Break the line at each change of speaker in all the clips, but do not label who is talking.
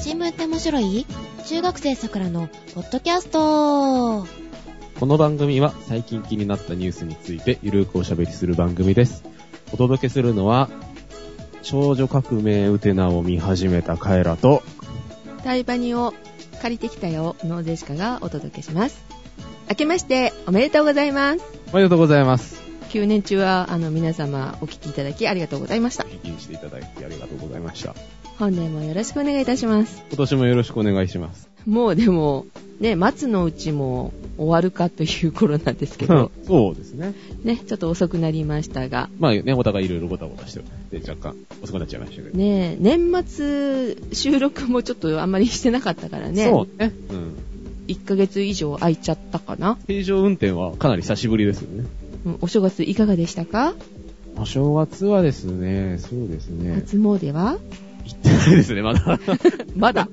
新聞って面白い中学生さくらのポッドキャスト
この番組は最近気になったニュースについてゆるくおしゃべりする番組です。お届けするのは、少女革命ウテナを見始めたカエラと、
タイバニを借りてきたよのジェシカがお届けします明けましておめでとうございます
おめでとうございます。
9年中はあの皆様お聞きいただきありがとうございました
引きしていただいてありがとうございました。
本年もよろしくお願いいたします
今年もよろしくお願いします。
もうでもね松のうちも終わるかという頃なんですけど
そうですね。
ねちょっと遅くなりましたが
まあね、お互いいろいろごたごたしてるんで、若干遅くなっちゃいましたけど。
ね年末収録もちょっとあんまりしてなかったからね
そうね。うん。
1ヶ月以上空いちゃったかな
平常運転はかなり久しぶりですよね。
うんお正月いかがでしたか
お正月はです ね、そうですね。
初詣は
行ってないですね、まだ。
まだ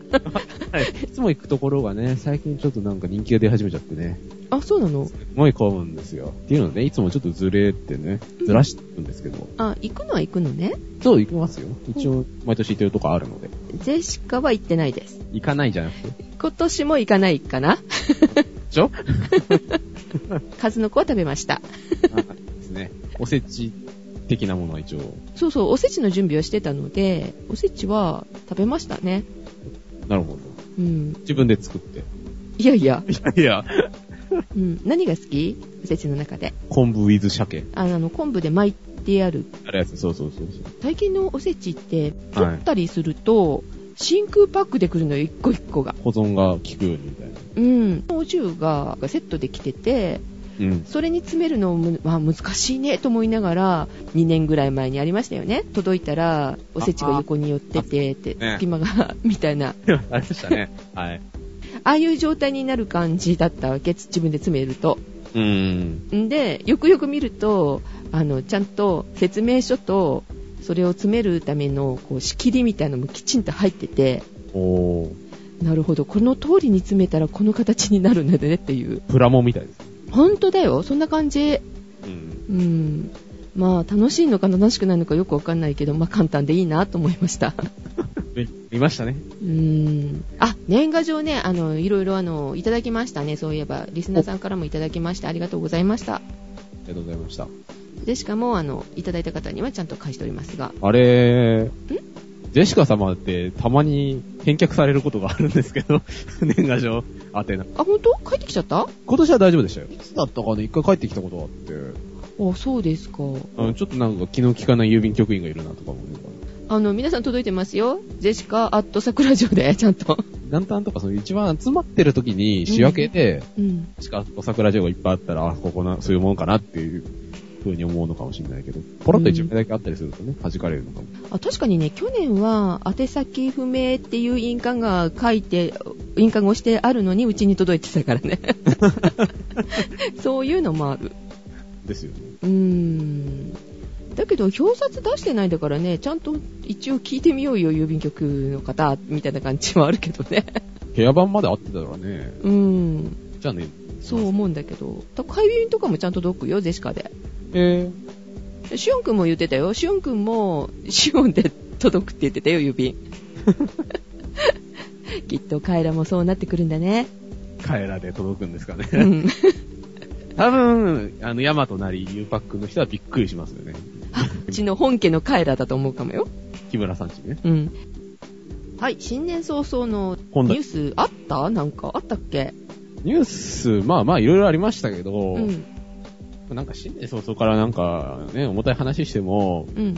はい。いつも行くところがね、最近ちょっとなんか人気が出始めちゃってね、
あそうなの
すごい混むんですよ。っていうので、ね、いつもちょっとずれてね、ずらしてるんですけど、
あ行くのは行くのね
そう行きますよ。一応、毎年行ってるとこあるので。
ジェシカは行ってないです。
行かないじゃなくて。で
今年も行かないかな
し ょ
数の子は食べました。
あですね。おせち的なものは一応、
そうそう、おせちの準備をしてたので、おせちは食べましたね。
なるほど。
うん。
自分で作って。
いやいや、
いやいや、
うん。何が好きおせちの中で。
昆布 with 鮭。
あの、あの昆布で巻いてある。
あれやつ、そうそうそうそう。
最近のおせちって、
はい
取ったりすると、真空パックで来るのよ、一個一個が。
保存が効くようにみたいな。
うん。お重がセットで来てて、
うん。
それに詰めるのむは難しいねと思いながら2年ぐらい前にありましたよね届いたらおせちが横に寄っててって
ね
隙間がみたいな
あれでした ね。はい。
ああいう状態になる感じだったわけつ自分で詰めると
うーん。
んでよくよく見るとあのちゃんと説明書とそれを詰めるためのこう仕切りみたいなのもきちんと入ってて
おー。
なるほどこの通りに詰めたらこの形になるんだねっていう
プラモみたいです。
本当だよそんな感じ
うん。
うん、まあ楽しいのか楽しくないのかよくわかんないけど、まあ簡単でいいなと思いま した。
見ましたね。
うん。あ、年賀状ね、あの、いろいろあの、いただきましたね。そういえば、リスナーさんからもいただきまして、ありがとうございました。
ありがとうございました。
で、しかも、あの、いただいた方にはちゃんと返しておりますが。
あれ、ジェシカ様ってたまに返却されることがあるんですけど、 年賀状、あてな。
あ、本当帰ってきちゃったあ、
今年は大丈夫でしたよ。いつだったかね、一回帰ってきたことがあって、
そうですか。
うん、ちょっとなんか気の利かない郵便局員がいるなとか思うのか
あの、皆さん届いてますよ。ジェシカ、アット桜城で、ちゃんと。
な。元旦とかその一番集まってる時に仕分けで、
うん。
しかお桜城がいっぱいあったら、あ、ここな、そういうものかなっていう風に思うのかもしれないけど、ポロッと一枚だけあったりするとね、弾かれるのかも。
あ確かにね、去年は宛先不明っていう印鑑が書いて、印鑑を押してあるのにうちに届いてたからね。そういうのもある。
ですよね。
うーん。だけど、表札出してないんだからね、ちゃんと一応聞いてみようよ、郵便局の方、みたいな感じもあるけどね。
部屋版まで合ってたらね、
うん。
じゃあね、
そう思うんだけど。宅配便とかもちゃんと届くよ、ジェシカで。
え
シオンくんも言ってたよ。シオンくんも、シオンで届くって言ってたよ、郵 便。きっとカエラもそうなってくるんだね。
ー、カエラで届くんですかね。
うん。
多分、あの、ヤマトなり、ユーパックの人はびっくりしますよね。
うちの本家のカエラだと思うかもよ。
木村さんちね。
うん。はい、新年早々の
本
ニュー
題
スあったなんかあったっけ
ニュース、まあまあ、いろいろありましたけど、
うん。
なんか新年早々からなんか、ね、重たい話しても、
うん。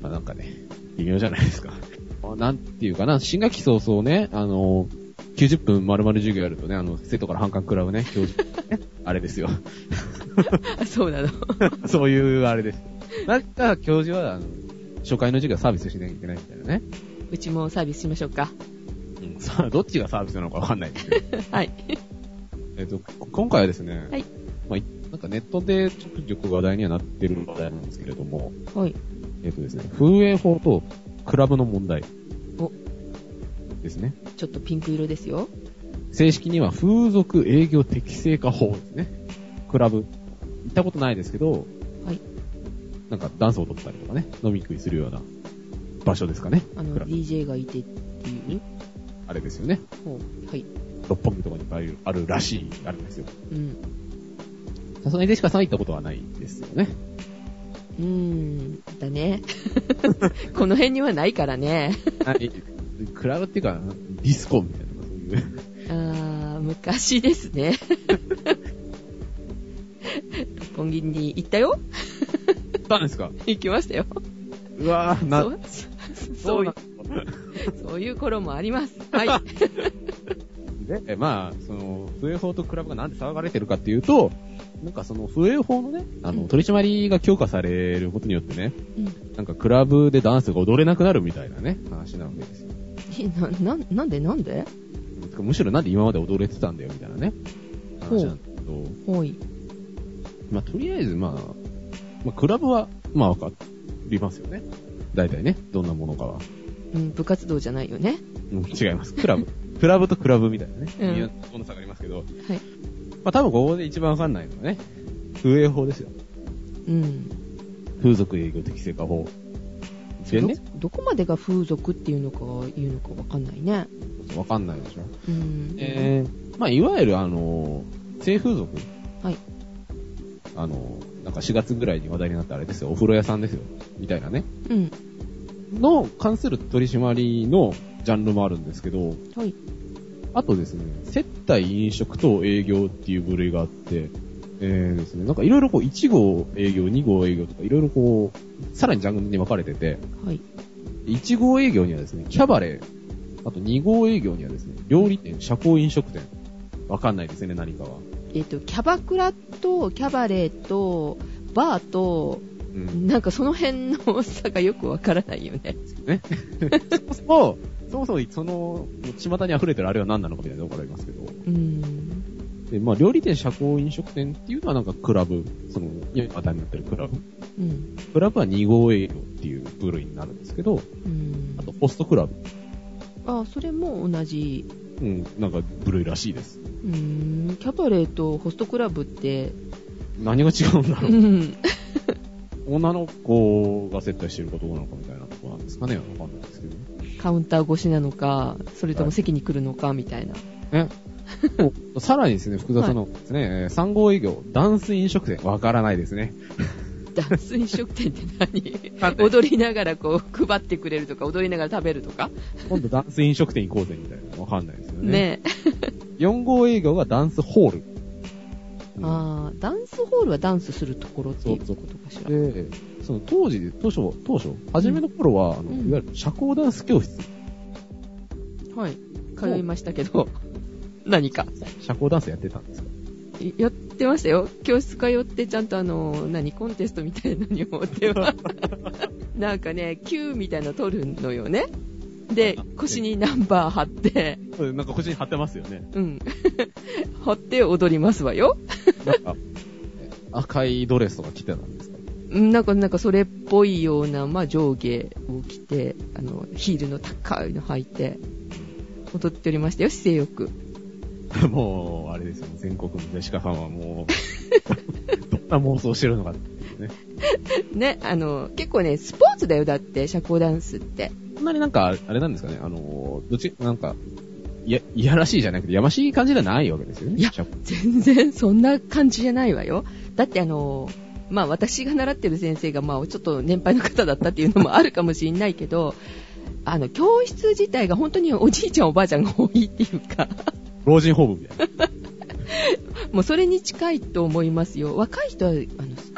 まあなんかね、微妙じゃないですか。まあなんていうかな、新学期早々ね、あの、90分丸々授業やるとね、あの、生徒から反感食らうね、教 授、ね、あれですよ。
あそうなの。
そういうあれです。なんか、教授は、あの、初回の授業はサービスしなきゃいけないみたいなね。
うちもサービスしましょう か。
うん、さあ、どっちがサービスなのかわかんないですけど。
はい。
えっと、こ今回はですね、
はい
まあ、いなんかネットでちょくちょく話題にはなってる話題なんですけれども、
はい。
えっとですね、風営法とクラブの問題。
お
ですね。
ちょっとピンク色ですよ。
正式には風俗営業適正化法ですね。クラブ。行ったことないですけど、
はい。
なんかダンスを踊ったりとかね、飲み食いするような場所ですかね。
あの
ク、ラブ
DJ がいてっていう。
あれですよね。
ほうはい。
六本木とかにいっぱいあるらしい、あるんですよ。
うん。
さすがにデシカさんは行ったことはないですよね。
うーん。だね。 この辺にはないからね。
はい。クラブっていうか、ディスコみたいな、 そういう。
あー、昔ですね。六本木に行ったよ
行ったんですか
行きましたよ。
うわぁ、な
そ、うそういう、そういう頃もあります。はい。
で、えまあ、その、風営法とクラブがなんで騒がれてるかっていうと、なんかその風営法のね、あ
うん
の、取り締まりが強化されることによってね、
うん
なんかクラブでダンスが踊れなくなるみたいなね、話なわけですよ。
えな、な、なんでなんで
てかむしろなんで今まで踊れてたんだよ、みたいなね、
ほう
話なんだけど、
ほい。
まあ、とりあえず、まあ、まあ、クラブは、まあ、わかりますよね。大体ね、どんなものかは。
うん、部活動じゃないよね。
うん違います。クラブ。クラブとクラブみたいなね。
うん
みんな、この差がありますけど。
はい。
まあ、多分ここで一番わかんないのはね、風営法ですよ。
うん。
風俗営業適正化法。でね、
ど、どこまでが風俗っていうのか、いうのかわかんないね。
わかんないでしょ。
うん。
えー、まあ、いわゆる、あのー、性風俗。
はい。
あのー、なんか4月ぐらいに話題になったあれですよ。お風呂屋さんですよ。みたいなね。
うん。
の関する取り締まりのジャンルもあるんですけど、
はい。
あとですね、接待飲食等営業っていう部類があって、えーですね、なんかいろいろこう1号営業、2号営業とかいろいろこう、さらにジャンルに分かれてて、
はい。
1号営業にはですね、キャバレー、あと2号営業にはですね、料理店、社交飲食店。わかんないですね、何かは。
えっ、と、キャバクラと、キャバレーと、バーと、
うん。
なんかその辺の差がよくわからないよね。
そもそも、そもそもその、巷に溢れてるあれは何なのかみたいなところありますけど。
うん。
で、まあ、料理店、社交飲食店っていうのはなんかクラブ、その、今話題になってるクラブ。
うん。
クラブは2号営業っていう部類になるんですけど、
うん
あと、ホストクラブ。
あ、それも同じ。
うん、なんか部類らしいです。
うん。キャバレーとホストクラブって、
何が違うんだ
う
ろう。
ん。
女の子が接待してるかどうなのかみたいなとこなんですかね。わかんないですけど。
カウンター越しなのか、それとも席に来るのか、みた いな。
おさらにですね、複雑なのがですね、えー3号営業、ダンス飲食店。わからないですね。
ダンス飲食店って何踊りながらこう配ってくれるとか踊りながら食べるとか
今度ダンス飲食店行こうぜみたいな。わかんないですよね。
ね
4号営業がダンスホール。うん
あーダンスホールはダンスするところっていうことかしら
で、その当時、当初、当初、初めの頃は、あの
うん
いわゆる社交ダンス教室。
はい通いましたけど何か
社交ダンスやってたんですか
やってましたよ教室通ってちゃんとあの何コンテストみたいなのにも手 はなんかね Q みたいなの取るのよねで腰にナンバー貼って
そうなんか腰に貼ってますよね。
うん 貼って踊りますわよ
なんか、赤いドレスとか着てたんですか
うんなんか、なんかそれっぽいような、まあ、上下を着て、あの、ヒールの高いの履いて、踊っておりましたよ、姿勢よく。
もう、あれですよ、全国のデシカさんはもう、 どんな妄想してるのかっていうね。
ね、あの、結構ね、スポーツだよ、だって、社交ダンスって。
そんなになんか、あれなんですかね、あの、どっち、なんか、いや、いやらしいじゃなくて、やましい感じではないわけですよね。
いや
社交
全然そんな感じじゃないわよ。だってあの、まあ私が習ってる先生がまあちょっと年配の方だったっていうのもあるかもしれないけど、あの、教室自体が本当におじいちゃんおばあちゃんが多いっていうか、
老人ホームみたいな。
もうそれに近いと思いますよ。若い人は、あの、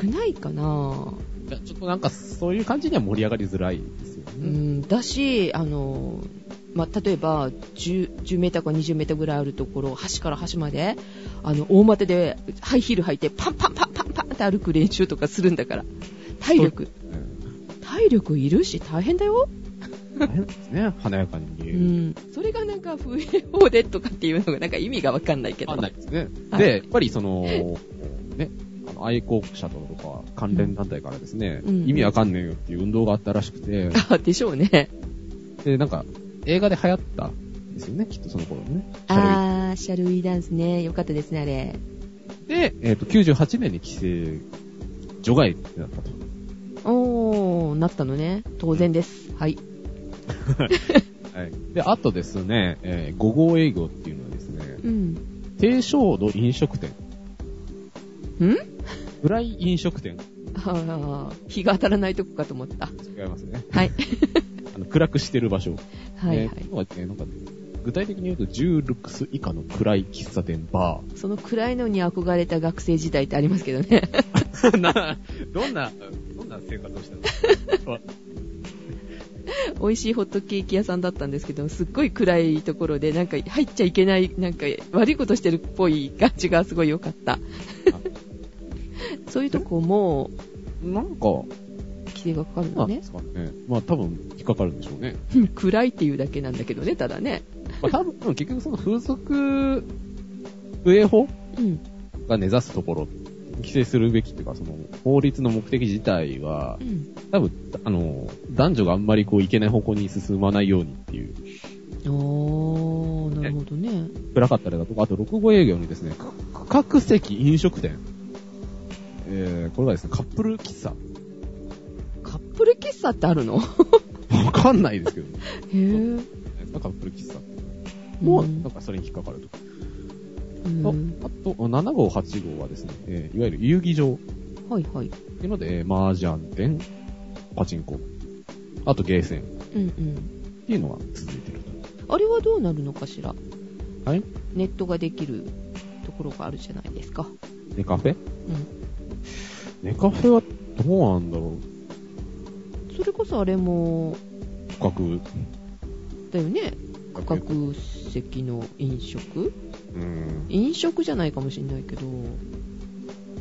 少ないかな
じゃあちょっとなんか、そういう感じには盛り上がりづらいですよ
う
ね。
ん、だし、あの、まあ、例えば10、10メーターか20メーターぐらいあるところ、端から端まで、あの、大股でハイヒール履いて、パンパンパンパンパンって歩く練習とかするんだから。体力、
うん
体力いるし大変だよ。
大変ですね、華やかに見え
う
る。
ん。それがなんか、不衛法でとかっていうのがなんか意味がわかんないけど。
わかんないですね。
はい
で、やっぱりその、ね、あの愛好者とか関連団体からですね、
うん
意味わかんねえよっていう運動があったらしくて、
あでしょう ね。
で、なんか、映画で流行ったんですよね、きっとその頃ね。
あー、シャルウィーダンスね。よかったですね、あれ。
で、えっ、と、98年に規制、除外ってなったと。
おー、なったのね。当然です。はい。
はい。で、あとですね、えー、午後営業っていうのはですね、
うん。
低照度飲食店、
ん
暗い飲食店、
ああ、 日が当たらないとこかと思った。
違いますね。
はい。
あの暗くしてる場所。
はい
ね
はい。
今はねなんか具体的に言うと、10ルックス以下の暗い喫茶店、バ
その暗いのに憧れた学生時代ってありますけどね。
ー。 な、どんな、どんな生活をしたんです か
美味しいホットケーキ屋さんだったんですけど、すっごい暗いところで、なんか入っちゃいけない、なんか悪いことしてるっぽい感じがすごい良かった。 そういうとこも
なんか、
規制がかかる
な
の
んで
ね。
すかね。まあ多分、引っかかるんでしょうね。
うん暗いっていうだけなんだけどね、ただね。
まあ多分、結局その風俗、上法
うん。
が根ざすところ、規制するべきっていうか、その、法律の目的自体は
う、ん。
多分、あの、男女があんまりこう、いけない方向に進まないようにっていう、
おー、なるほどね。
暗かったりだとか、あと、六号営業にですね、区画席飲食店。えー、これがですね、カップル喫茶。
カップル喫茶ってあるの へ
わかんないですけど、ね、
ぇ
カップル喫茶って。もう、なんかそれに引っかかると。とあと、7号、8号はですね、えーいわゆる遊技場
はいはい。
っていうので、えー麻雀店、パチンコ、あとゲーセンっ
うんうん。
ていうのが続いてると。
あれはどうなるのかしら
はい
ネットができるところがあるじゃないですか。
ネカフェ
うん。
ネカフェはどうなんだろう
それこそあれも、
区
だよね。
画。
価格席の飲食
うん。
飲食じゃないかもしれないけど、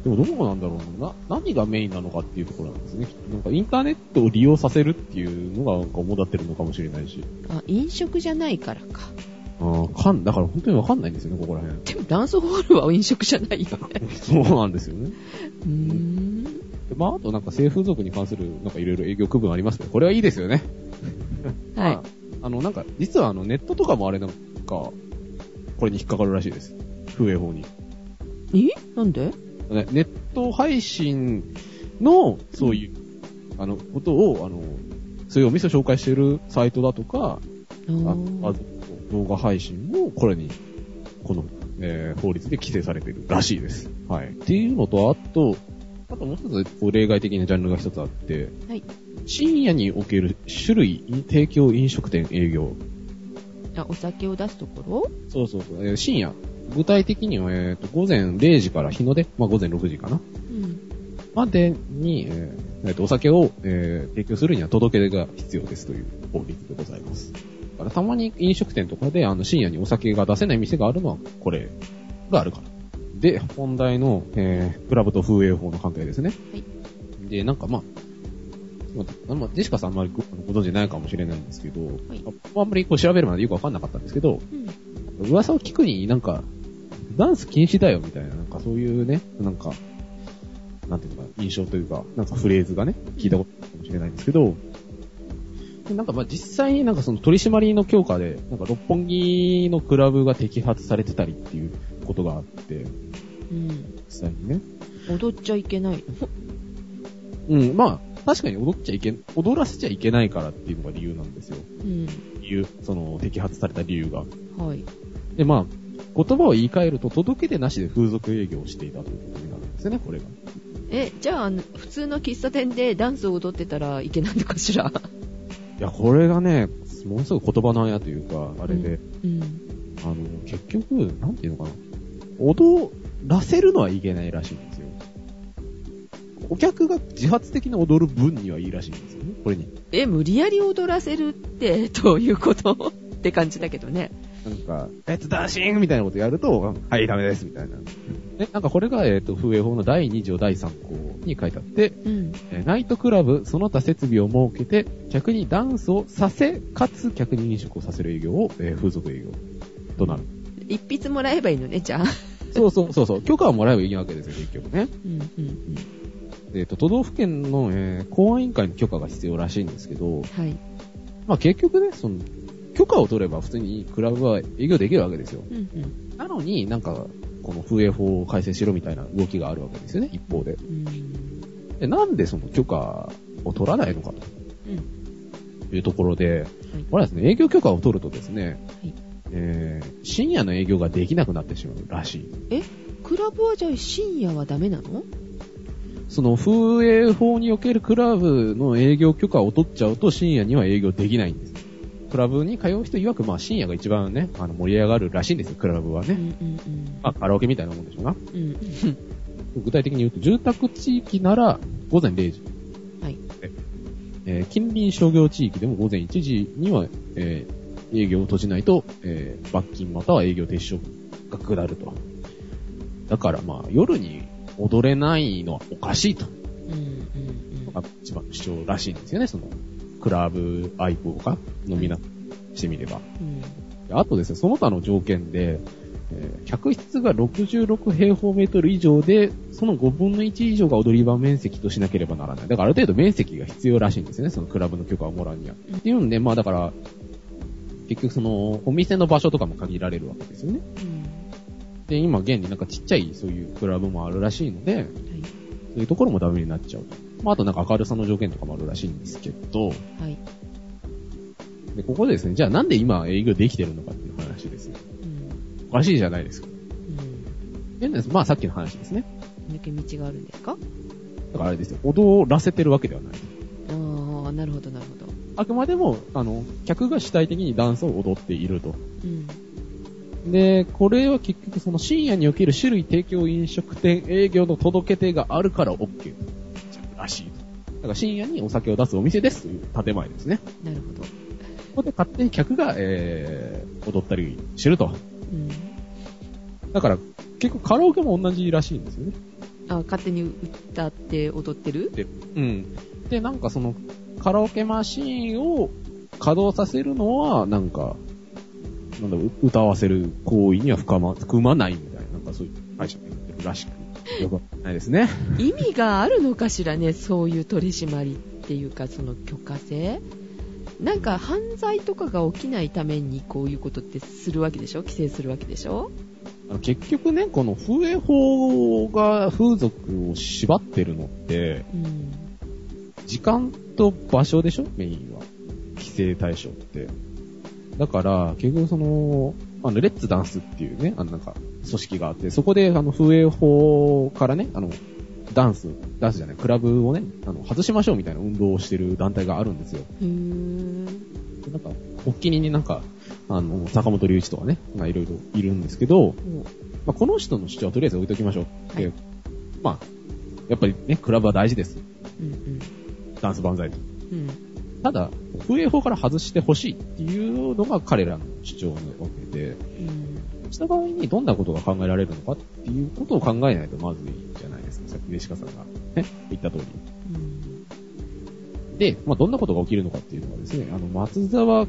でもどうなんだろうな。何がメインなのかっていうところなんですね。きっとなんかインターネットを利用させるっていうのがなんか主だってるのかもしれないし。
あ、飲食じゃないからか。
ああ、かん、だから本当にわかんないんですよね、ここら辺。
でもダンスホールは飲食じゃないよね。
そうなんですよね。
うーん。
でまあ、あとなんか性風俗に関する、なんかいろいろ営業区分ありますけど、これはいいですよね。
はい
ま。あ。あの、なんか、実はあの、ネットとかもあれなんか、これに引っかかるらしいです。風営法に。
えなんで
ねネット配信の、そういう、あの、ことを、あの、そういうお店を紹介してるサイトだと
あ
か、あ
ー
あと動画配信も、これに、この、えー法律で規制されてるらしいです。はい。っていうのと、あと、あともう一つ、こう例外的なジャンルが一つあって、
はい
深夜における種類、提供飲食店営業。
あ、お酒を出すところ
そうそうそう、えー深夜。具体的には、えっ、と、午前0時から日の出、まあ午前6時かな。
うん。
までに、えーえーとお酒を、えー提供するには届け出が必要ですという法律でございます。だからたまに飲食店とかであの深夜にお酒が出せない店があるのはこれがあるから。で、本題の、えークラブと風営法の関係ですね。
はい
で、なんかまあ、まあまあ、ジェシカさんあんまりごご存知ないかもしれないんですけど、
い
ああんまりこう調べるまでよくわかんなかったんですけど、
うん。
噂を聞くになんか、ダンス禁止だよみたいな、なんかそういうね、なんか、なんていうのか、印象というか、なんかフレーズがね、聞いたことあるかもしれないんですけど、でなんかまあ実際になんかその取り締まりの強化で、なんか六本木のクラブが摘発されてたりっていうことがあって、
うん。
実際にね。
踊っちゃいけないの。
うん、まあ、確かに踊っちゃいけ、踊らせちゃいけないからっていうのが理由なんですよ。
うん。
理由、その摘発された理由が。
はい。
で、まあ、言葉を言い換えると、届け出なしで風俗営業をしていたということになるんですよね、これが。
え、じゃあ、あの普通の喫茶店でダンスを踊ってたらいけないのかしら
いや、これがね、ものすごい言葉なんやというか、あれで、
うん。
あの、結局、なんていうのかな。踊らせるのはいけないらしいんですよ。お客が自発的に踊る分にはいいらしいんですよね、これに。
え、無理やり踊らせるって、どういうこと って感じだけどね。
なんか、えっと、ダンシングみたいなことやると、はい、ダメです、みたいな。で、なんかこれが、えっと、風営法の第2条第3項に書いてあって、
うん。
えーナイトクラブ、その他設備を設けて、客にダンスをさせ、かつ客に飲食をさせる営業を、えー風俗営業となる。
一筆もらえばいいのね、じゃあ。
そうそうそうそう、許可をもらえばいいわけですよ、結局ね。
うん、うん、
えっ、と、都道府県の、えー公安委員会の許可が必要らしいんですけど、
うん。はい。
まあ結局ね、その、許可を取れば普通にクラブは営業できるわけですよ。
うん、うん。
なのになんか、この風営法を改正しろみたいな動きがあるわけですよね、一方で。
うん。
でなんでその許可を取らないのかと。
うん。
というところで、これはですね、営業許可を取るとですね、
はい
えー深夜の営業ができなくなってしまうらしい。
クラブはじゃあ深夜はダメなの
その風営法におけるクラブの営業許可を取っちゃうと深夜には営業できないんです。クラブに通う人曰く、まあ深夜が一番ね、あの盛り上がるらしいんですよ、クラブは
う
ね。
んうん
まあカラオケみたいなもんでしょうな。
うん。うん。
具体的に言うと、住宅地域なら午前0時。
はい
えー近隣商業地域でも午前1時には、えー営業を閉じないと、えー罰金または営業停止処分が下ると。だからまあ、夜に踊れないのはおかしいと。
うんうんうん
あ一番主張らしいんですよね、その、クラブ愛好家のみな、してみれば。
うん
であとですね、その他の条件で、えー客室が66平方メートル以上で、その5分の1以上が踊り場面積としなければならない。だからある程度面積が必要らしいんですよね、そのクラブの許可をもらうには。っていうんで、まあだから、結局その、お店の場所とかも限られるわけですよね。
うん
で、今現になんかちっちゃいそういうクラブもあるらしいので、そういうところもダメになっちゃうと。まああとなんか明るさの条件とかもあるらしいんですけど、
はい。はい。
で、ここでですね、じゃあなんで今営業できてるのかっていう話ですよ。
うん
おかしいじゃないですか。
うん
変です。まあさっきの話ですね。
抜け道があるんですか
だからあれですよ、踊らせてるわけではない。
ああ、なるほど、なるほど。
あくまでも、あの、客が主体的にダンスを踊っていると。
うん。
で、これは結局その深夜における種類提供飲食店営業の届け手があるから OK。らしいと。だから深夜にお酒を出すお店ですという建前ですね。
なるほど。
ここで勝手に客が、えー、踊ったりしてると。
うん。
だから、結構カラオケも同じらしいんですよね。
あ勝手に歌って踊ってる
うん。で、なんかその、カラオケマシーンを稼働させるのは、なんか、なんだろう、う歌わせる行為には含ま含まないみたいな、なんかそういう会社が言ってるらしく、よくわかんないですね。
意味があるのかしらね、そういう取り締まりっていうか、その許可制。なんか犯罪とかが起きないためにこういうことってするわけでしょ規制するわけでしょ
あの結局ね、この風営法が風俗を縛ってるのって、
うん。
時間と場所でしょメインは。規制対象って。だから、結局その、あの、レッツダンスっていうね、あのなんか、組織があって、そこで、あの、風営法からね、あの、ダンス、ダンスじゃない、クラブをね、あの、外しましょうみたいな運動をしてる団体があるんですよ。
へー
でなんか、おっきにね、なんか、あの、坂本龍一とかね、まあいろいろいるんですけど、
も
まあ、この人の主張はとりあえず置いときましょう。で
はい
まあ、やっぱりね、クラブは大事です。
う、うん
ダンス万歳と。
うん。うん。
ただ、風営法から外してほしいっていうのが彼らの主張なわけで、
うん。
した場合にどんなことが考えられるのかっていうことを考えないとまずいんじゃないですか、さっきシカさんが、ね、言った通り。
うん。
で、まあ、どんなことが起きるのかっていうのはですね、あの、松沢、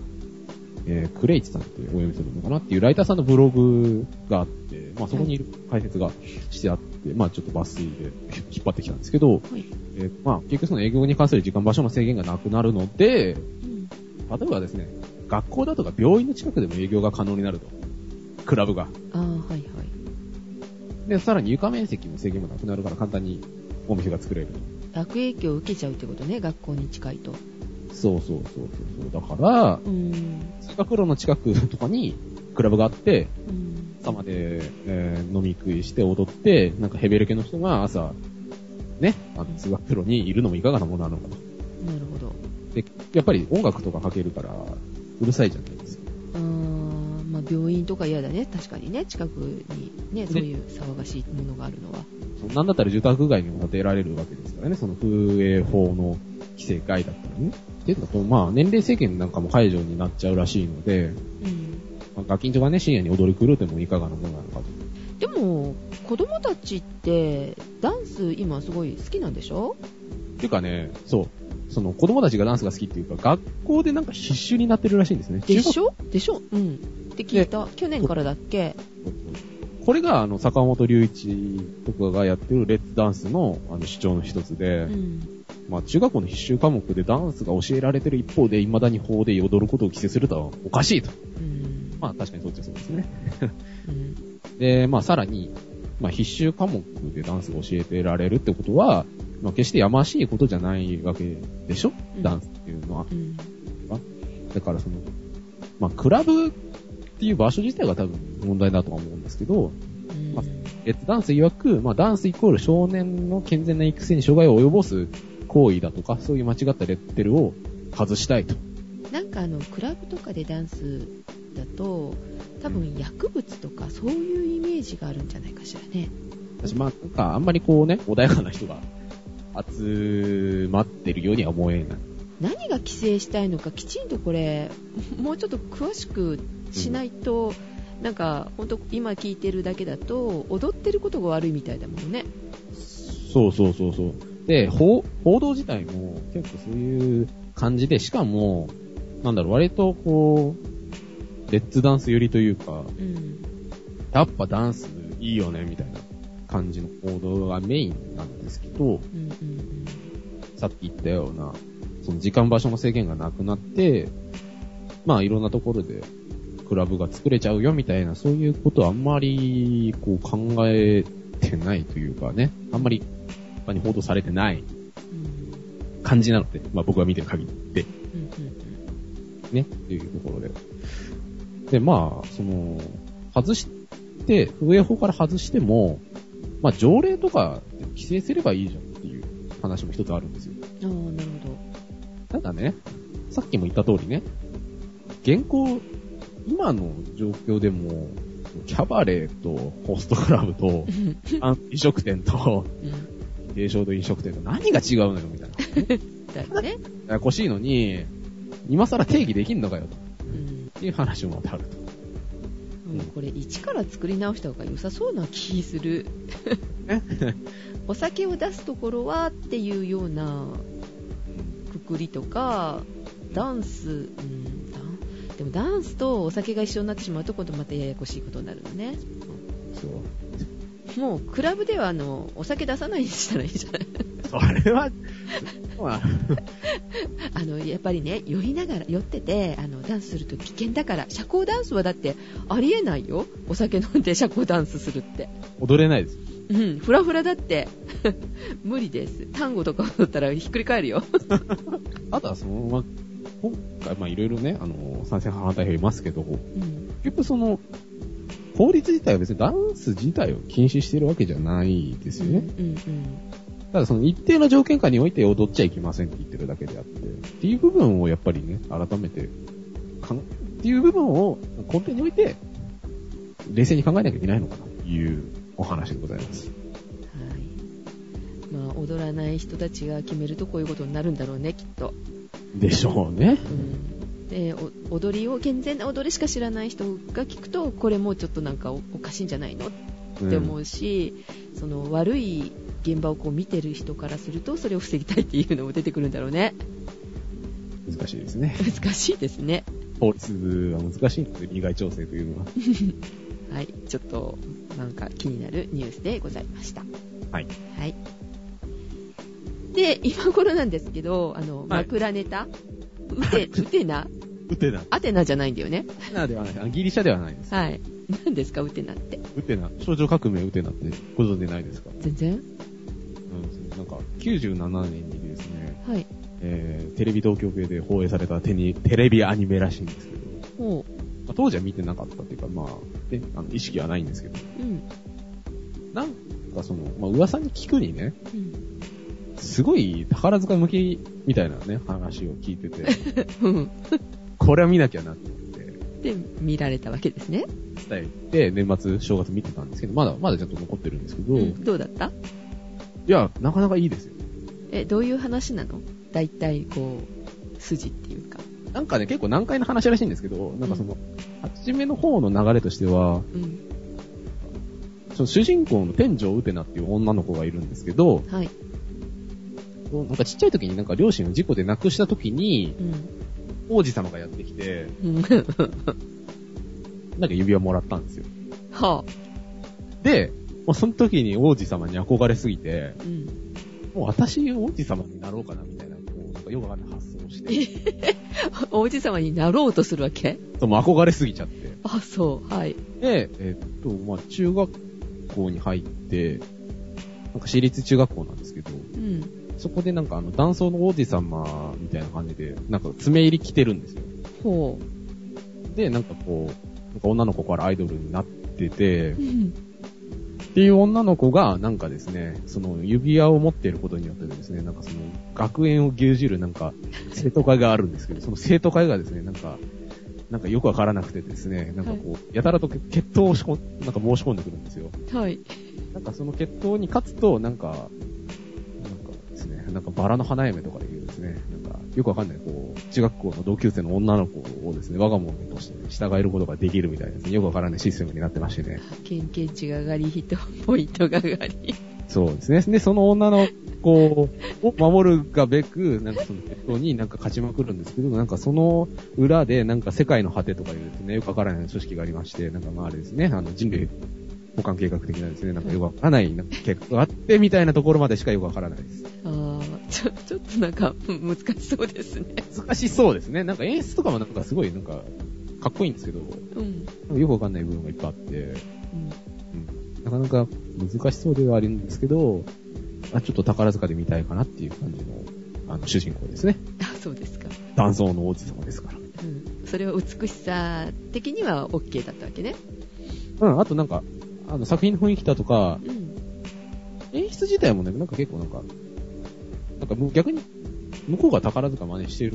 えークレイチさんってお読みするのかなっていうライターさんのブログがあって、まあ、そこにいる解説がしてあって、まあ、ちょっと抜粋で引っ張ってきたんですけど、
はい。
えーまあ、結局その営業に関する時間場所の制限がなくなるので、
うん。
例えばですね、学校だとか病院の近くでも営業が可能になると。クラブが。
ああ、はいはい。
で、さらに床面積の制限もなくなるから簡単にお店が作れると。
悪影響を受けちゃうってことね、学校に近いと。
そうそうそうそうそう。だから、
うん。
通学路の近くとかにクラブがあって、
うん。
朝まで、えー飲み食いして踊って、なんかヘベレケの人が朝、ね、あの通学路にいるのもいかがなものなのかと。
なるほど。
で、やっぱり音楽とかかけるから、うるさいじゃないですか。
あーまあ、病院とか嫌だね、確かにね、近くにね、そういう騒がしいものがあるのは。
なんだったら住宅街にも建てられるわけですからね、その風営法の規制外だったらね。っていうのと、まあ、年齢制限なんかも解除になっちゃうらしいので、
うん、
まあ、ガキンチョがね、深夜に踊り狂ってもいかがなものなのかと。
でも、子供たちって、ダンス、今、すごい好きなんでしょ
ていうかね、そう、その子供たちがダンスが好きっていうか、学校でなんか必修になってるらしいんですね。
で
中
しょでしょうん。って聞いた、去年からだっけ
学これが、あの、坂本隆一とかがやってるレッツダンスの、あの、主張の一つで、
うん。
まあ、中学校の必修科目でダンスが教えられてる一方で、未だに法で踊ることを規制するとはおかしいと。
うん。
まあ、確かにそっちはそうですね。
うん
で、まあさらに、まあ必修科目でダンスが教えてられるってことは、まあ決してやましいことじゃないわけでしょ
うん
ダンスっていうのは。
うん。
まだからその、まあ、クラブっていう場所自体が多分問題だとは思うんですけど、
うん
まあえっと、ダンス曰く、まあ、ダンスイコール少年の健全な育成に障害を及ぼす行為だとか、そういう間違ったレッテルを外したいと。
なんかあのクラブとかでダンスだと多分薬物とかそういうイメージがあるんじゃないかしらね
私、まあ、なんか、あんまりこうね、穏やかな人が集まってるようには思えない。
何が規制したいのかきちんとこれもうちょっと詳しくしないと、なんか本当今聞いてるだけだと踊ってることが悪いみたいだもんね
そうそうそうそう。で、報報道自体も結構そういう感じで、しかも、なんだろう、割とこう、レッツダンス寄りというか、
うん
やっぱダンスいいよね、みたいな感じの報道がメインなんですけど、
うんうん
さっき言ったような、その時間場所の制限がなくなって、まあいろんなところでクラブが作れちゃうよみたいな、そういうことはあんまりこう考えてないというかね、あんまり他に報道されてない
うん
感じなので、まあ僕が見てる限りで、
うんうん
ね、っていうところで。で、まあ、その、外して、上方から外しても、まあ条例とかで規制すればいいじゃんっていう話も一つあるんですよ。
うんああなるほど
ただね、さっきも言った通りね、現行、今の状況でも、キャバレーとホストクラブとあん飲食店と
うん
軽症と飲食店と何が違うのよみたいな。
だよね、
ややこしいのに、今更定義できんのかよと
うん、
っていう話もまたあると。
もうこれ一から作り直した方が良さそうな気するお酒を出すところはっていうようなくくりとかダンス、うん、ダンでもダンスとお酒が一緒になってしまうと今度またややこしいことになるのね
そう。
もうクラブではあのお酒出さないにしたらいいじゃない
それは、まあ、
あのやっぱりね酔いながら酔っててあのダンスすると危険だから社交ダンスはだってありえないよお酒飲んで 社交ダンスするって
踊れないです。
うん、フラフラだって 無理です。単語とか踊ったらひっくり返るよ。
あとはその、まあ、今回、まあいろいろね、あの、賛成派反対派いますけど、
うん、
結局その、法律自体は別にダンス自体を禁止してるわけじゃないですよ
うん、う
ね。
ん、
ただその一定の条件下において踊っちゃいけませんって言ってるだけであって、っていう部分をやっぱりね、改めて、かんっていう部分を根底において、冷静に考えなきゃいけないのかなというお話でございます。
はい。まあ、踊らない人たちが決めるとこういうことになるんだろうね、きっと。
でしょうね。
うん。で、お踊りを、健全な踊りしか知らない人が聞くと、これもうちょっとなんかおおかしいんじゃないのって思
うん
うし、その悪い現場をこう見てる人からすると、それを防ぎたいっていうのも出てくるんだろうね。
難しいです ね。
難しいですね。
法律は難しいので、利害調整と いうのは。
はい、ちょっとなんか気になるニュースでございました。
はい。
はい。で、今頃なんですけど、あの、
はい
枕ネタ、 ウテ、ウテナ、
ウテナ。ウ
アテナじゃないんだよね。
テナではないあ。ギリシャではないです。
はい。何ですか、ウテナって。
ウテナ。少女革命ウテナってご存知ないですか
全然
うんなんか、97年にですね、
はい。
えー、テレビ東京系で放映されたテニテレビアニメらしいんですけど、
も
まあ当時は見てなかったっていうか、まあ、ね、あの意識はないんですけど、
う、うん。
なんかその、まあ、噂に聞くにね、
うん
すごい宝塚向きみたいなね、話を聞いて て、
うん。
これは見なきゃなって思って、
で、見られたわけですね。
伝えて、年末、正月見てたんですけど、まだ、まだちょっと残ってるんですけど、い
どうだった
や、なかなかいいですよ。
え、どういう話なの大体、こう、筋っていうか。
なんかね、結構難解な話らしいんですけど、なんかその、初めの方の流れとしては、
うん。
その主人公の天井ウテナっていう女の子がいるんですけど、
はい。
なんかちっちゃい時になんか両親を事故で亡くした時に、
うん。
王子様がやってきて、
うん
なんか指輪もらったんですよ。
はあ。
で、もうその時に王子様に憧れすぎて、
うん。
もう私王子様になろうかなみたいな、こう、なんかよくわかんない発想をして、
王子様になろうとするわけ
そうもう憧れすぎちゃって。
あ、そう。はい。
で、えっと、まあ中学校に入って、なんか私立中学校なんですけど、
うん。
そこでなんかあの、男装の王子様みたいな感じで、なんか爪入り着てるんですよ。
ほ
で、なんかこう、なんか女の子からアイドルになってて、
う。うん。
っていう女の子が、なんかですね、その指輪を持っていることによってですね、なんかその学園を牛耳るなんか生徒会があるんですけど、その生徒会がですね、なんか、なんかよくわからなくてですね、なんかこう、やたらと決闘をしこん、なんか申し込んでくるんですよ。
はい。
なんかその決闘に勝つと、なんか、なんかですね、なんかバラの花嫁とかでいうですね、なんかよくわかんない、こう、中学校の同級生の女の子をですね、我が物として従えることができるみたいなですね、よくわからないシステムになってましてね。
県県値が上がり、ヒットポイントが上がり。
そうですね。で、その女の子を守るがべく、なんかその決闘になんか勝ちまくるんですけど、なんかその裏で、なんか世界の果てとかいうですね、よくわからない組織がありまして、なんかまああれですね、あの人類保管計画的なですね、なんかよくわからないなんか結果があって、みたいなところまでしかよくわからないです。
ああ、ちょ、ちょっとなんか、うん難しそうですね。
難しそうですね。なんか演出とかもなんかすごいなんか、かっこいいんですけど、なん
うん。
かよくわかんない部分がいっぱいあって、うんなかなか難しそうではあるんですけど、あちょっと宝塚で見たいかなっていう感じの、あの、主人公ですね。
あ、そうですか。
男装の王子様ですから。
うん。それは美しさ的には OK だったわけね。
うん、あとなんか、あの、作品の雰囲気だとか、
うん。
演出自体もね、なんか結構なんか、なんかもう逆に、向こうが宝塚真似してる、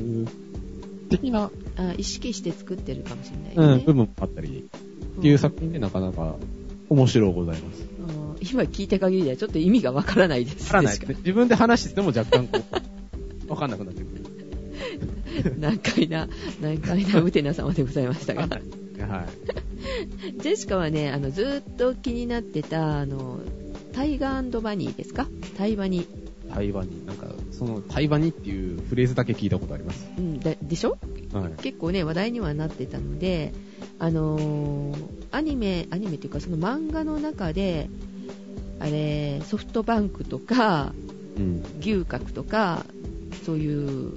的な、
あ意識して作ってるかもしれない
うん、
よね。
部分もあったり、っていう作品でなかなか、面白いございます。
あー今聞いた限りではちょっと意味がわからないです。
わからない
し
ですね。自分で話してても若干こう、わかんなくなってくる。
難解な、難解なウテナ様でございましたが。
はい。
ジェシカはね、あの、ずーっと気になってた、あの、タイガーバニーですかタイバニー。
対話に、なんか、その対話にっていうフレーズだけ聞いたことあります。
うん、だでしょ
はい。
結構ね、話題にはなってたので、あのーアニメ、アニメというかその漫画の中で、あれ、ソフトバンクとか、
うん。
牛角とか、そういう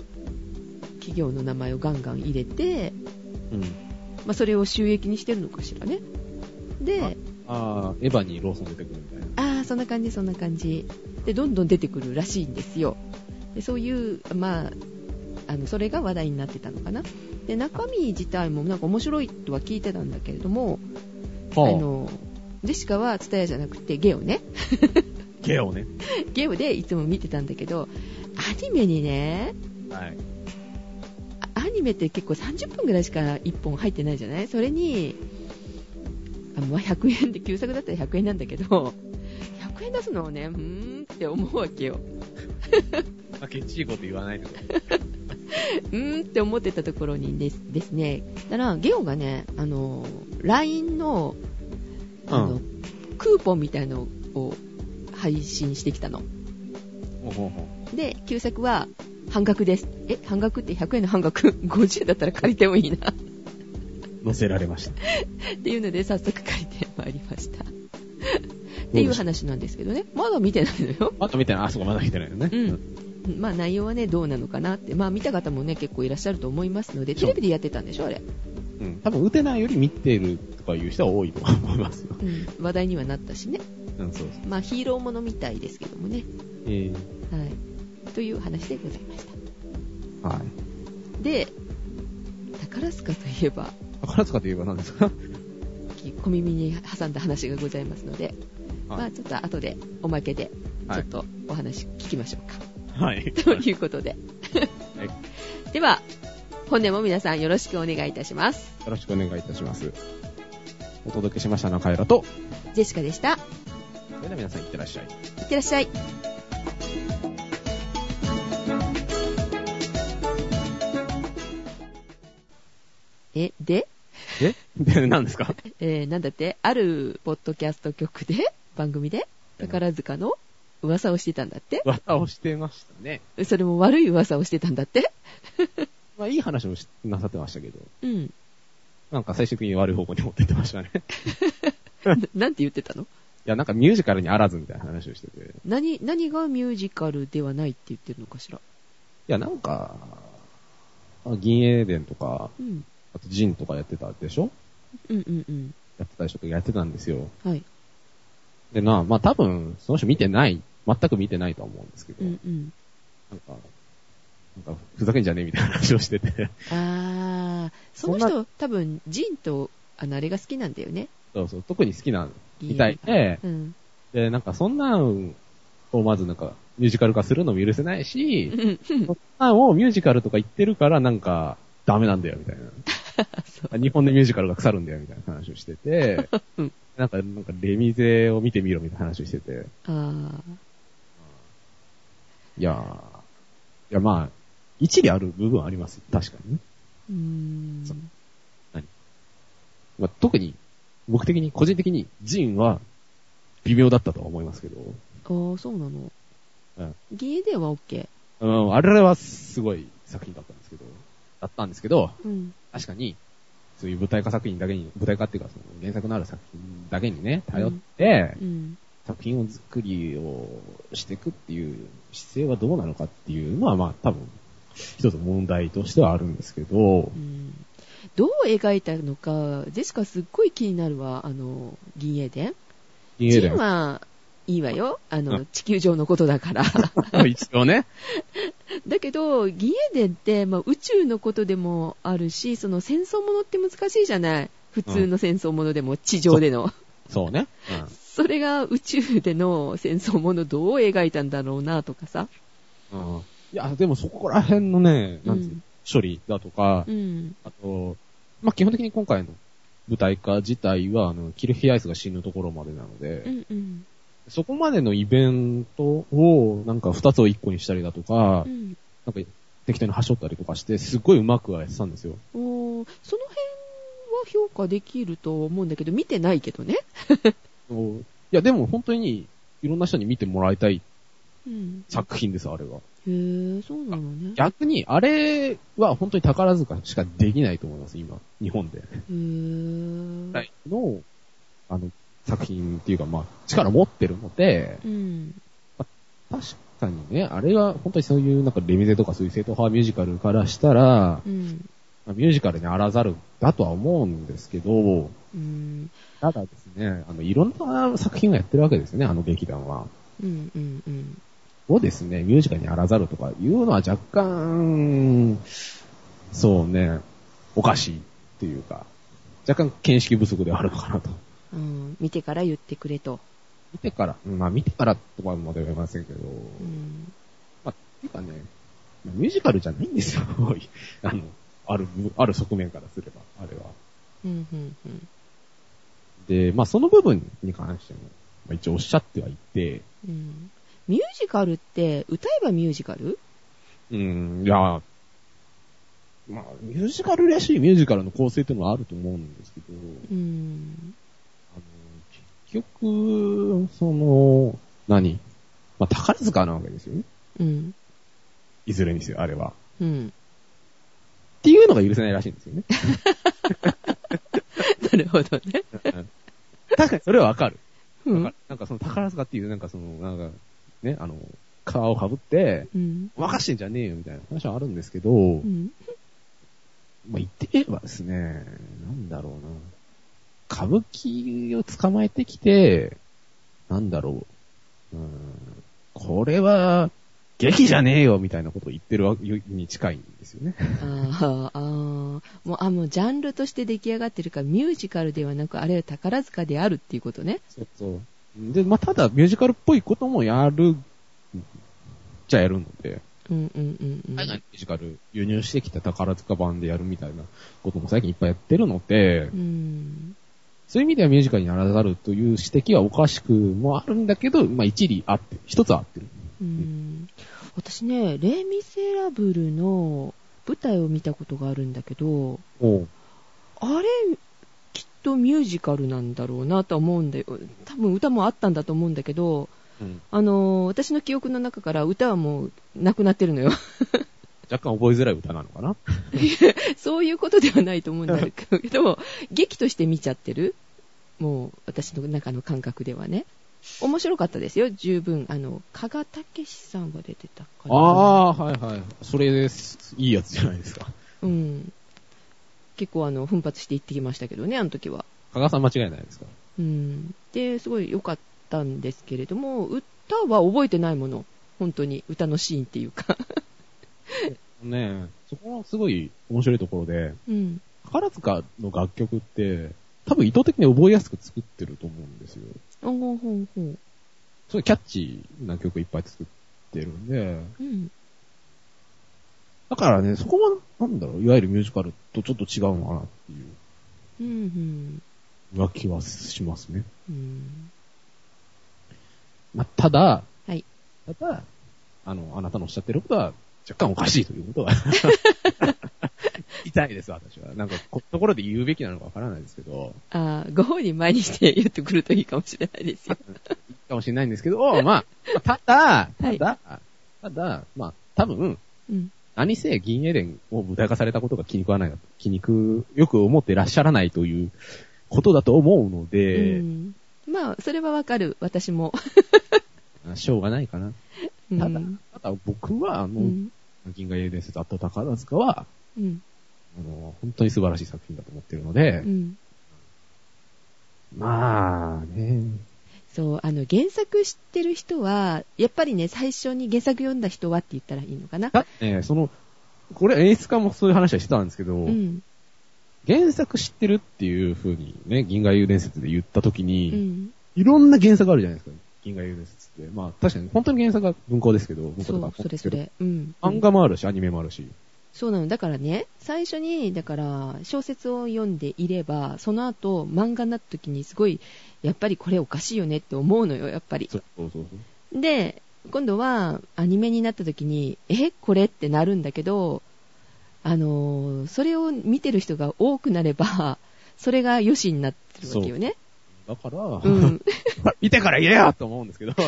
企業の名前をガンガン入れて、
うん。
まあ、それを収益にしてるのかしらね。で、
あーエヴァにローソン出てくるみたいな。
ああ、そんな感じ、そんな感じ。で、どんどん出てくるらしいんですよ。でそういう、まあ、あの、それが話題になってたのかな。で、中身自体もなんか面白いとは聞いてたんだけれども、あ
はあ
の、ジェシカはツタヤじゃなくてゲオね。
ゲオね。
ゲオでいつも見てたんだけど、アニメにね、
はい。
あアニメって結構30分ぐらいしか1本入ってないじゃないそれに、あまあ、100円で、旧作だったら100円なんだけど、100円出すのをね、うーんって思うわけよ。
あ、ケチいこと言わないでくださ
うーんって思ってたところにですですね、だからゲオがね、あの、LINE の、あの、
う
クーポンみたいのを配信してきたの。
い。ほうほう ほ
で、旧作は半額です。え、半額って100円の半額 ?50 円だったら借りてもいいなっ
う。載せられました。
ていうので、早速借りてまいりました。って
で
い
し
う
た
話なんですけどね。まだ見てないのよ。
あと見てない。あ、そこまだ見てないよね。
うん。まあ内容はね、どうなのかなって。まあ見た方もね、結構いらっしゃると思いますので、テレビでやってたんでしょ、あれ。
うん。多分、打てないより見てるとかいう人は多いと思いますよ。
うん。話題にはなったしね。
うん、そうです。
まあヒーローものみたいですけどもね。
えー、
はい。という話でございました。
はい。
で、宝塚といえば、
宝塚といえば何ですか
小耳に挟んだ話がございますので、まあ ちょっと後でおまけでち
は
ょ
い
っとお話聞きましょうか。
はい。
ということで。では、本年も皆さんよろしくお願いいたします。
よろしくお願いいたします。お届けしました中浦と、
ジェシカでした。い
それでは皆さんいってらっしゃい。
ってらっしゃい。え、で、
えで、 何ですか
えーなんだって、あるポッドキャスト局で、番組で、宝塚の噂をしてたんだって。
技をしてましたね。
それも悪い噂をしてたんだって。
まあ、いい話もしなさってましたけど、
うん。
なんか最終的に悪い方向に持ってってましたね。 い
ななんて言ってたの
や、なんかミュージカルにあらずみたいな話をしてて。い
何、何がミュージカルではないって言ってるのかしら。
や、なんか、あ銀英伝とか、
うん。
あとジンとかやってたでしょ
うんうんうん。
やってたでしょとかやってたんですよ。
はい。
でな、まあ多分、その人見てない、全く見てないとは思うんですけど、
うんうん。
なんか、なんか、ふざけんじゃねえみたいな話をしてて。
あー、その人、多分、ジンと、あの、あれが好きなんだよね。
そうそう、特に好きなみたい
いい
で、
うん。
で、なんかそんなんをまずなんかミュージカル化するのも許せないし、
うんうん
そんなんをミュージカルとか言ってるからなんかダメなんだよみたい
そ
な。日本でミュージカルが腐るんだよみたいな話をし てて、
うん
なんか、なんかレミゼを見てみろみたいな話をしてて、
あ
いやー、いやまあ、一理ある部分はあります。確かにね。
ーうーん。
そうまあ、特に、僕的に、個人的に、ジンは、微妙だったとは思いますけど、
ああ、そうなの。
うん
ゲーでは OK。
あのあれはすごい作品だったんですけど、だったんですけど、
うん。
確かに、そういう舞台化作品だけに、舞台化っていうか、その原作のある作品だけにね、頼って、
うん。
作品を作りをしていくっていう姿勢はどうなのかっていうのは、まあ多分、一つ問題としてはあるんですけど
う、ん。どう描いたのか、ジェシカすっごい気になるわ、あの、銀英伝。
ジ
ジンはいいわよ。あ
う
の、地球上のことだから。
一応ね、
だけど、義英伝って、まあ、宇宙のことでもあるし、その戦争ものって難しいじゃない。普通の戦争ものでも、地上での。
そうね。うん
それが宇宙での戦争ものどう描いたんだろうなとかさ。
うんいや、でもそこら辺のね、なんていうの
うん
処理だとか、
うん。
あと、まあ、基本的に今回の舞台化自体は、あの、キルヒアイスが死ぬところまでなので、
うんうん。
そこまでのイベントを、なんか二つを一個にしたりだとか
う、ん。
なんか適当に端折ったりとかして、すっごいうまくやってたんですよ。
おーその辺は評価できると思うんだけど、見てないけどね。
おいや、でも本当に、いろんな人に見てもらいたい
うん。
作品です、あれは。
へえ、そうなのね。
逆に、あれは本当に宝塚しかできないと思います、今、日本で。
へえ。
はい。の、あの、作品っていうか、まあ、力持ってるので、
うん。
確かにね、あれは本当にそういうなんかレミゼとかそういう正統派ミュージカルからしたら、
うん。
まあミュージカルにあらざるだとは思うんですけど、
うん。
ただですね、あの、いろんな作品をやってるわけですよね、あの劇団は。
うん。うん。うん。
をですね、ミュージカルにあらざるとかいうのは若干、そうね、おかしいっていうか、若干見識不足ではあるのかなと。
うん。見てから言ってくれと。
見てから、うんまあ見てからとかまでは言えませんけど、
うん。
まあ、ていうかね、ミュージカルじゃないんですよ、 あの、ある部、ある側面からすれば、あれは。
うんうんうん
で、まあその部分に関しても、まあ、一応おっしゃってはいて、
うんミュージカルって、歌えばミュージカル
うん、いや、まあミュージカルらしいミュージカルの構成っていうのはあると思うんですけど、
うん。
あの、結局、その、何まあ宝塚なわけですよね。
うん。
いずれにせよ、あれは。
うん。
っていうのが許せないらしいんですよね。
なるほどね。
確かにそれはわかる。
う
わか
ん
る。なんかその宝塚っていう、なんかその、なんか、ね、あの、皮をかぶって、
うん。
若してんじゃねえよみたいな話はあるんですけど、
うん。
まあ、言ってみればですね、なんだろうな。歌舞伎を捕まえてきて、なんだろう。うーん、これは、劇じゃねえよみたいなことを言ってるわに近いんですよね。
あーあー、もう、あ、もう、ジャンルとして出来上がってるから、ミュージカルではなく、あれは宝塚であるっていうことね。
そうそう。で、まあ、ただミュージカルっぽいこともやる、じゃやるので、
うんうんうんうん。
海外のミュージカル輸入してきた宝塚版でやるみたいなことも最近いっぱいやってるので
う、ん。
そういう意味ではミュージカルにならざるという指摘はおかしくもあるんだけど、まあ一理あって、一つは合ってる。
うん。私ね、レイ・ミセラブルの舞台を見たことがあるんだけど、
おう
あれ、きっとミュージカルなんだろうなとは思うんだよ。多分歌もあったんだと思うんだけど、
ん。
あのー私の記憶の中から歌はもうなくなってるのよ。
若干覚えづらい歌なのかな
そういうことではないと思うんだけど、劇として見ちゃってる。もう私の中の感覚ではね。面白かったですよ、十分。あの、加賀武史さんが出てたかな。
ああ、はいはい。それです。いいやつじゃないですか。
うん。結構あの、奮発して行ってきましたけどね、あの時は。
加賀さん間違いないですか
うん、で、すごい良かったんですけれども、歌は覚えてないもの。本当に、歌のシーンっていうか。
ねえ、そこはすごい面白いところで、
うん。
加宝塚の楽曲って、多分意図的に覚えやすく作ってると思うんですよ。
ほうほうほうほう。
それキャッチーな曲いっぱい作ってるんで、
うん。
だからね、そこは、なんだろう、いわゆるミュージカルとちょっと違うのかなってい
うんうん。
う、は気はしますね。
うん。
まあ、ただ、
はい。
ただ、あの、あなたのおっしゃってることは、若干おかしいということは。 痛いです、私は。なんか、こういうところで言うべきなのかわからないですけど、
ああ、ご本人前にして言ってくるといいかもしれないですよ。
かもしれない んですけど、まあ、ただ、
は
た
い
だ、ただ、まあ、多分、
うん。
何せ銀エレンを舞台化されたことが気に食わない、気に食う、よく思ってらっしゃらないということだと思うので、
うんまあ、それはわかる。私も。
しょうがないかな。
うん
ただ、ただ僕は、あの、
うん。
銀河英伝説、あと宝塚は、
うん。
あの、本当に素晴らしい作品だと思ってるので、
うん。
まあね、
そう、あの、原作知ってる人は、やっぱりね、最初に原作読んだ人はって言ったらいいのかな。
だってね、その、これ演出家もそういう話はしてたんですけど、
うん。
原作知ってるっていう風にね、銀河英伝説で言った時
う
に、
ん。
いろんな原作あるじゃないですか、銀河英伝説って。まあ確かに本当に原作は文庫ですけど、文庫
そ
とか
う、それそれ。うん。
漫画もあるし、アニメもあるし。
そうなの。だからね、最初に、だから、小説を読んでいれば、その後、漫画になった時にすごい、やっぱりこれおかしいよねって思うのよ、やっぱり。
そうそうそう
で、今度はアニメになった時に、え、これってなるんだけど、あのーそれを見てる人が多くなれば、それが良しになってるわけよね。
だから、
うん。
見てから言えやと思うんですけど、 け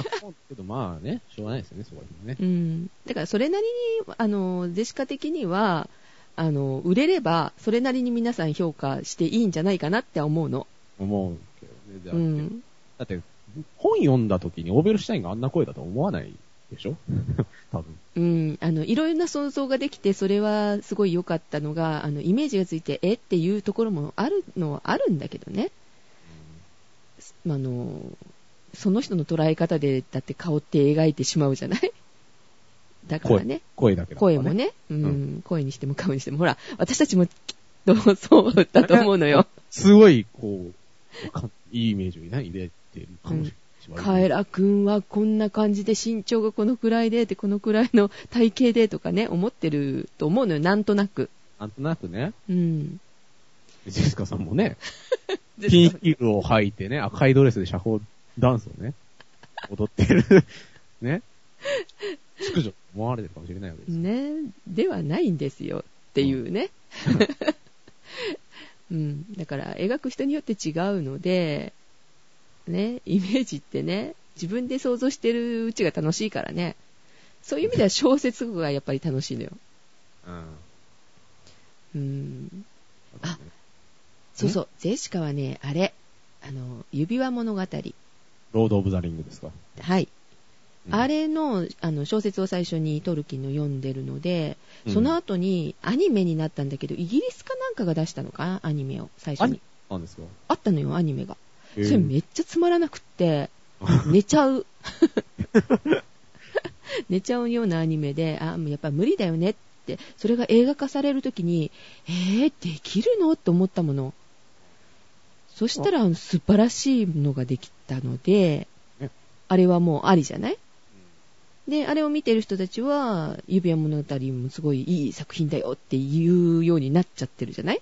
どまあね、しょうがないですよね、そこはね。
うん。だからそれなりに、あのージェシカ的には、あのー売れれば、それなりに皆さん評価していいんじゃないかなって思うの。
思うけどね、じゃあ
う、ん。
だって、本読んだ時にオーベルシュタインがあんな声だと思わないでしょ 多分。
うん。あの、いろいろな想像ができて、それはすごい良かったのが、あの、イメージがついて、えっていうところもあるのはあるんだけどね。あの、その人の捉え方で、だって顔って描いてしまうじゃない だからね、
声だけだから
声も。ね、うん、
うん
声にしても顔にしても、ほら、私たちもきっとそうだと思うのよ。
すごい、こう、かいいイメージを抱いてるかもしれない。
カエラくんはこんな感じで身長がこのくらいで、で、このくらいの体型でとかね、思ってると思うのよ、なんとなく。
なんとなくね、
うん。
ジェシカさんもね、ピンヒールを履いてね、赤いドレスで社交ダンスをね、踊ってる、 ね、淑女と思われてるかもしれないわけですよ。
ね、ではないんですよっていうね。うん、だから描く人によって違うので、ね、イメージってね、自分で想像してるうちが楽しいからね。そういう意味では小説がやっぱり楽しいのよ。
うん。
うん。そうそう、ゼシカはね、あれ、あの、指輪物語。
ロード・オブ・ザ・リングですか。
はい。
うん
あれの、あの、小説を最初にトルキンの読んでるので、
うん
その後にアニメになったんだけど、イギリスかなんかが出したのかな、アニメを最初
アニ
に
メ。なんですか
あったのよ、アニメが。
え
そ
ー
れめっちゃつまらなくって、寝ちゃう。 寝ちゃうようなアニメで、あ、もうやっぱ無理だよねって、それが映画化されるときに、えー、できるのと思ったもの。そしたら、あの素晴らしいのができたので
ね、
あれはもうありじゃないで、あれを見てる人たちは、指輪物語もすごいいい作品だよって言うようになっちゃってるじゃない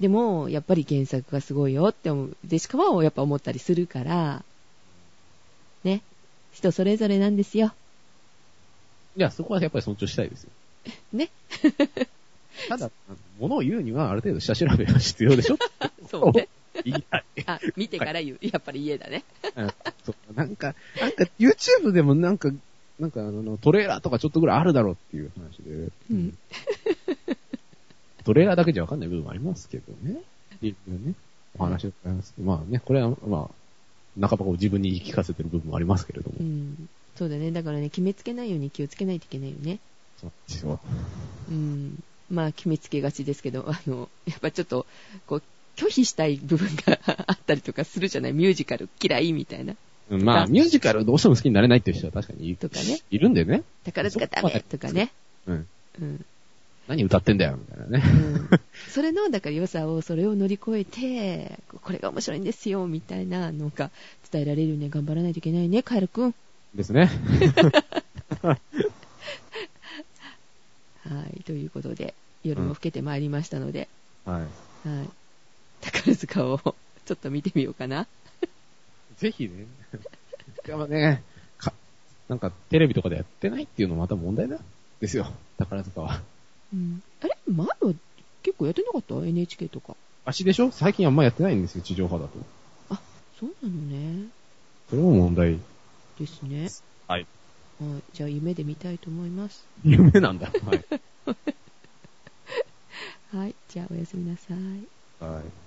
でも、やっぱり原作がすごいよって思う。で、しかもやっぱ思ったりするから、ね。人それぞれなんですよ。
いや、そこはやっぱり尊重したいですよ。
ね。
ただ、物を言うにはある程度下調べが必要でしょ
そう ね。
いや、
あ、見てから言う。やっぱり家だね。
あそうなんか、なんか YouTube でもなんか、なんかあの、トレーラーとかちょっとぐらいあるだろうっていう話で。
うん。
トレーラーだけじゃわかんない部分もありますけどね。っていうね、お話でございます。まあね、これは、まあ、半ばこう自分に言い聞かせてる部分もありますけれども
う。ん。そうだね。だからね、決めつけないように気をつけないといけないよね。
そうなんですよ
うん。まあ、決めつけがちですけど、 あの、やっぱちょっと、こう、拒否したい部分が あったりとかするじゃないミュージカル嫌いみたいな。
うんまあ、ミュージカルどうしても好きになれないっていう人は確かにいる
とかね
いるんでね。
宝塚ダメとかね。
うん。
うん。
何歌ってんだよ、みたいなね。
それのだから良さをそれを乗り越えてこれが面白いんですよみたいなのが伝えられるように頑張らないといけないねカエル君
です ね。
はいということで夜も更けてまいりましたので、
はい。
はい、宝塚をちょっと見てみようかな
ぜひね。いやまあね、か、なんかテレビとかでやってないっていうのもまた問題だ。ですよ。宝塚は。
うんあれ前は結構やってなかった ?NHK とか。
足でしょ最近あんまやってないんですよ、地上波だと。
あ、そうなのね。
それも問題。
ですね。
はい。
はい。じゃあ夢で見たいと思います。
夢なんだ。はい。
はい。じゃあおやすみなさい。
はい。